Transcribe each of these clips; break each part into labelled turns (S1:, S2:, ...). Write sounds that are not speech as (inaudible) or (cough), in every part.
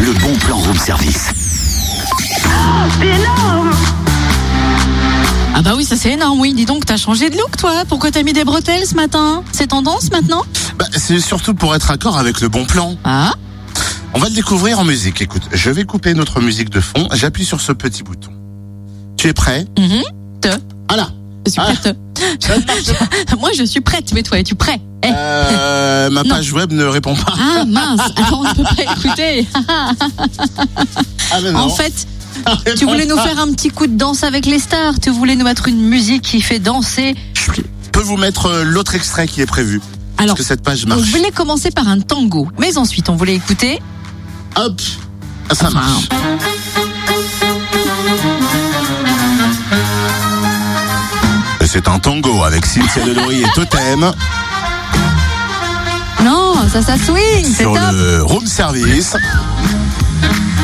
S1: le bon plan room service.
S2: Oh, c'est énorme
S3: Ah bah oui, ça c'est énorme, oui. Dis donc, t'as changé de look, toi. Pourquoi t'as mis des bretelles ce matin C'est tendance maintenant
S4: Bah, c'est surtout pour être accord avec le bon plan.
S3: Ah
S4: On va le découvrir en musique. Écoute, je vais couper notre musique de fond. J'appuie sur ce petit bouton. Tu es (laughs) prêt
S3: mhm,
S4: Voilà.
S3: Je suis
S4: Ah.
S3: prête.
S4: Ça ne marche pas.
S3: (laughs) Moi, je suis prête, mais toi, es-tu prêt Eh.
S4: Euh, ma page web ne répond pas.
S3: Ah mince, alors on ne peut pas écouter.
S4: Ah, mais non.
S3: en fait,
S4: Ça
S3: tu
S4: répond
S3: voulais nous
S4: pas.
S3: faire un petit coup de danse avec les stars. Tu voulais nous mettre une musique qui fait danser.
S4: Je peux vous mettre euh, l'autre extrait qui est prévu.
S3: Alors,
S4: Parce que cette page
S3: on
S4: marche.
S3: voulait commencer par un tango, mais ensuite on voulait écouter.
S4: Hop. Ah, Ça marche. C'est un tango avec Cynthia Delory et Totem
S3: Non, ça, ça swing, c'est
S4: sur
S3: top.
S4: le room service.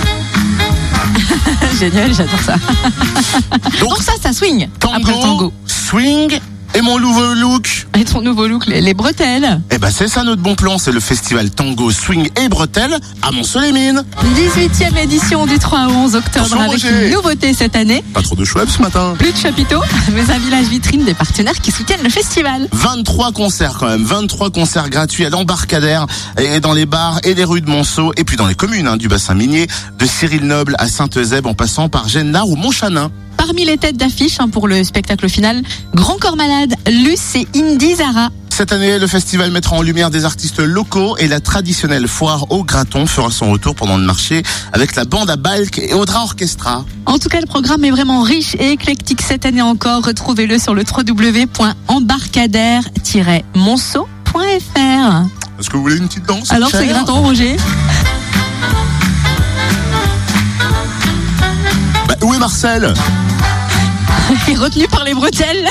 S3: (laughs) Génial, j'adore ça.
S4: Donc-
S3: Donc ça, ça swing. Après le tango.
S4: swing et mon nouveau look.
S3: Et ton nouveau look, les, les bretelles.
S4: Eh ben c'est ça notre bon plan, c'est le festival tango, swing et bretelles à Mont-Soleil-Mines.
S3: 18e édition du 3 au 11 octobre
S4: Attention,
S3: avec
S4: Roger.
S3: une nouveauté cette année.
S4: Pas trop de Schweppes ce matin.
S3: Plus de chapiteaux, (laughs) mais un village vitrine des partenaires qui soutiennent le festival.
S4: 23 concerts quand même, 23 concerts gratuits à l'embarcadère et dans les bars et les rues de Monceau et puis dans les communes hein, du bassin minier, de Cyril Noble à Saint-Eusèbe en passant par Gennard ou Montchanin.
S3: Parmi les têtes d'affiche hein, pour le spectacle final, Grand Corps Malade, Luce et Indy Zara.
S4: Cette année, le festival mettra en lumière des artistes locaux et la traditionnelle foire au Graton fera son retour pendant le marché avec la bande à Balk et Audra Orchestra.
S3: En tout cas, le programme est vraiment riche et éclectique cette année encore. Retrouvez-le sur le www.embarcadère-monceau.fr.
S4: Est-ce que vous voulez une petite danse
S3: Alors, c'est
S4: chère
S3: gratin, Roger (laughs)
S4: Bah, Où est Marcel Bah,
S3: est retenu par les bretelles.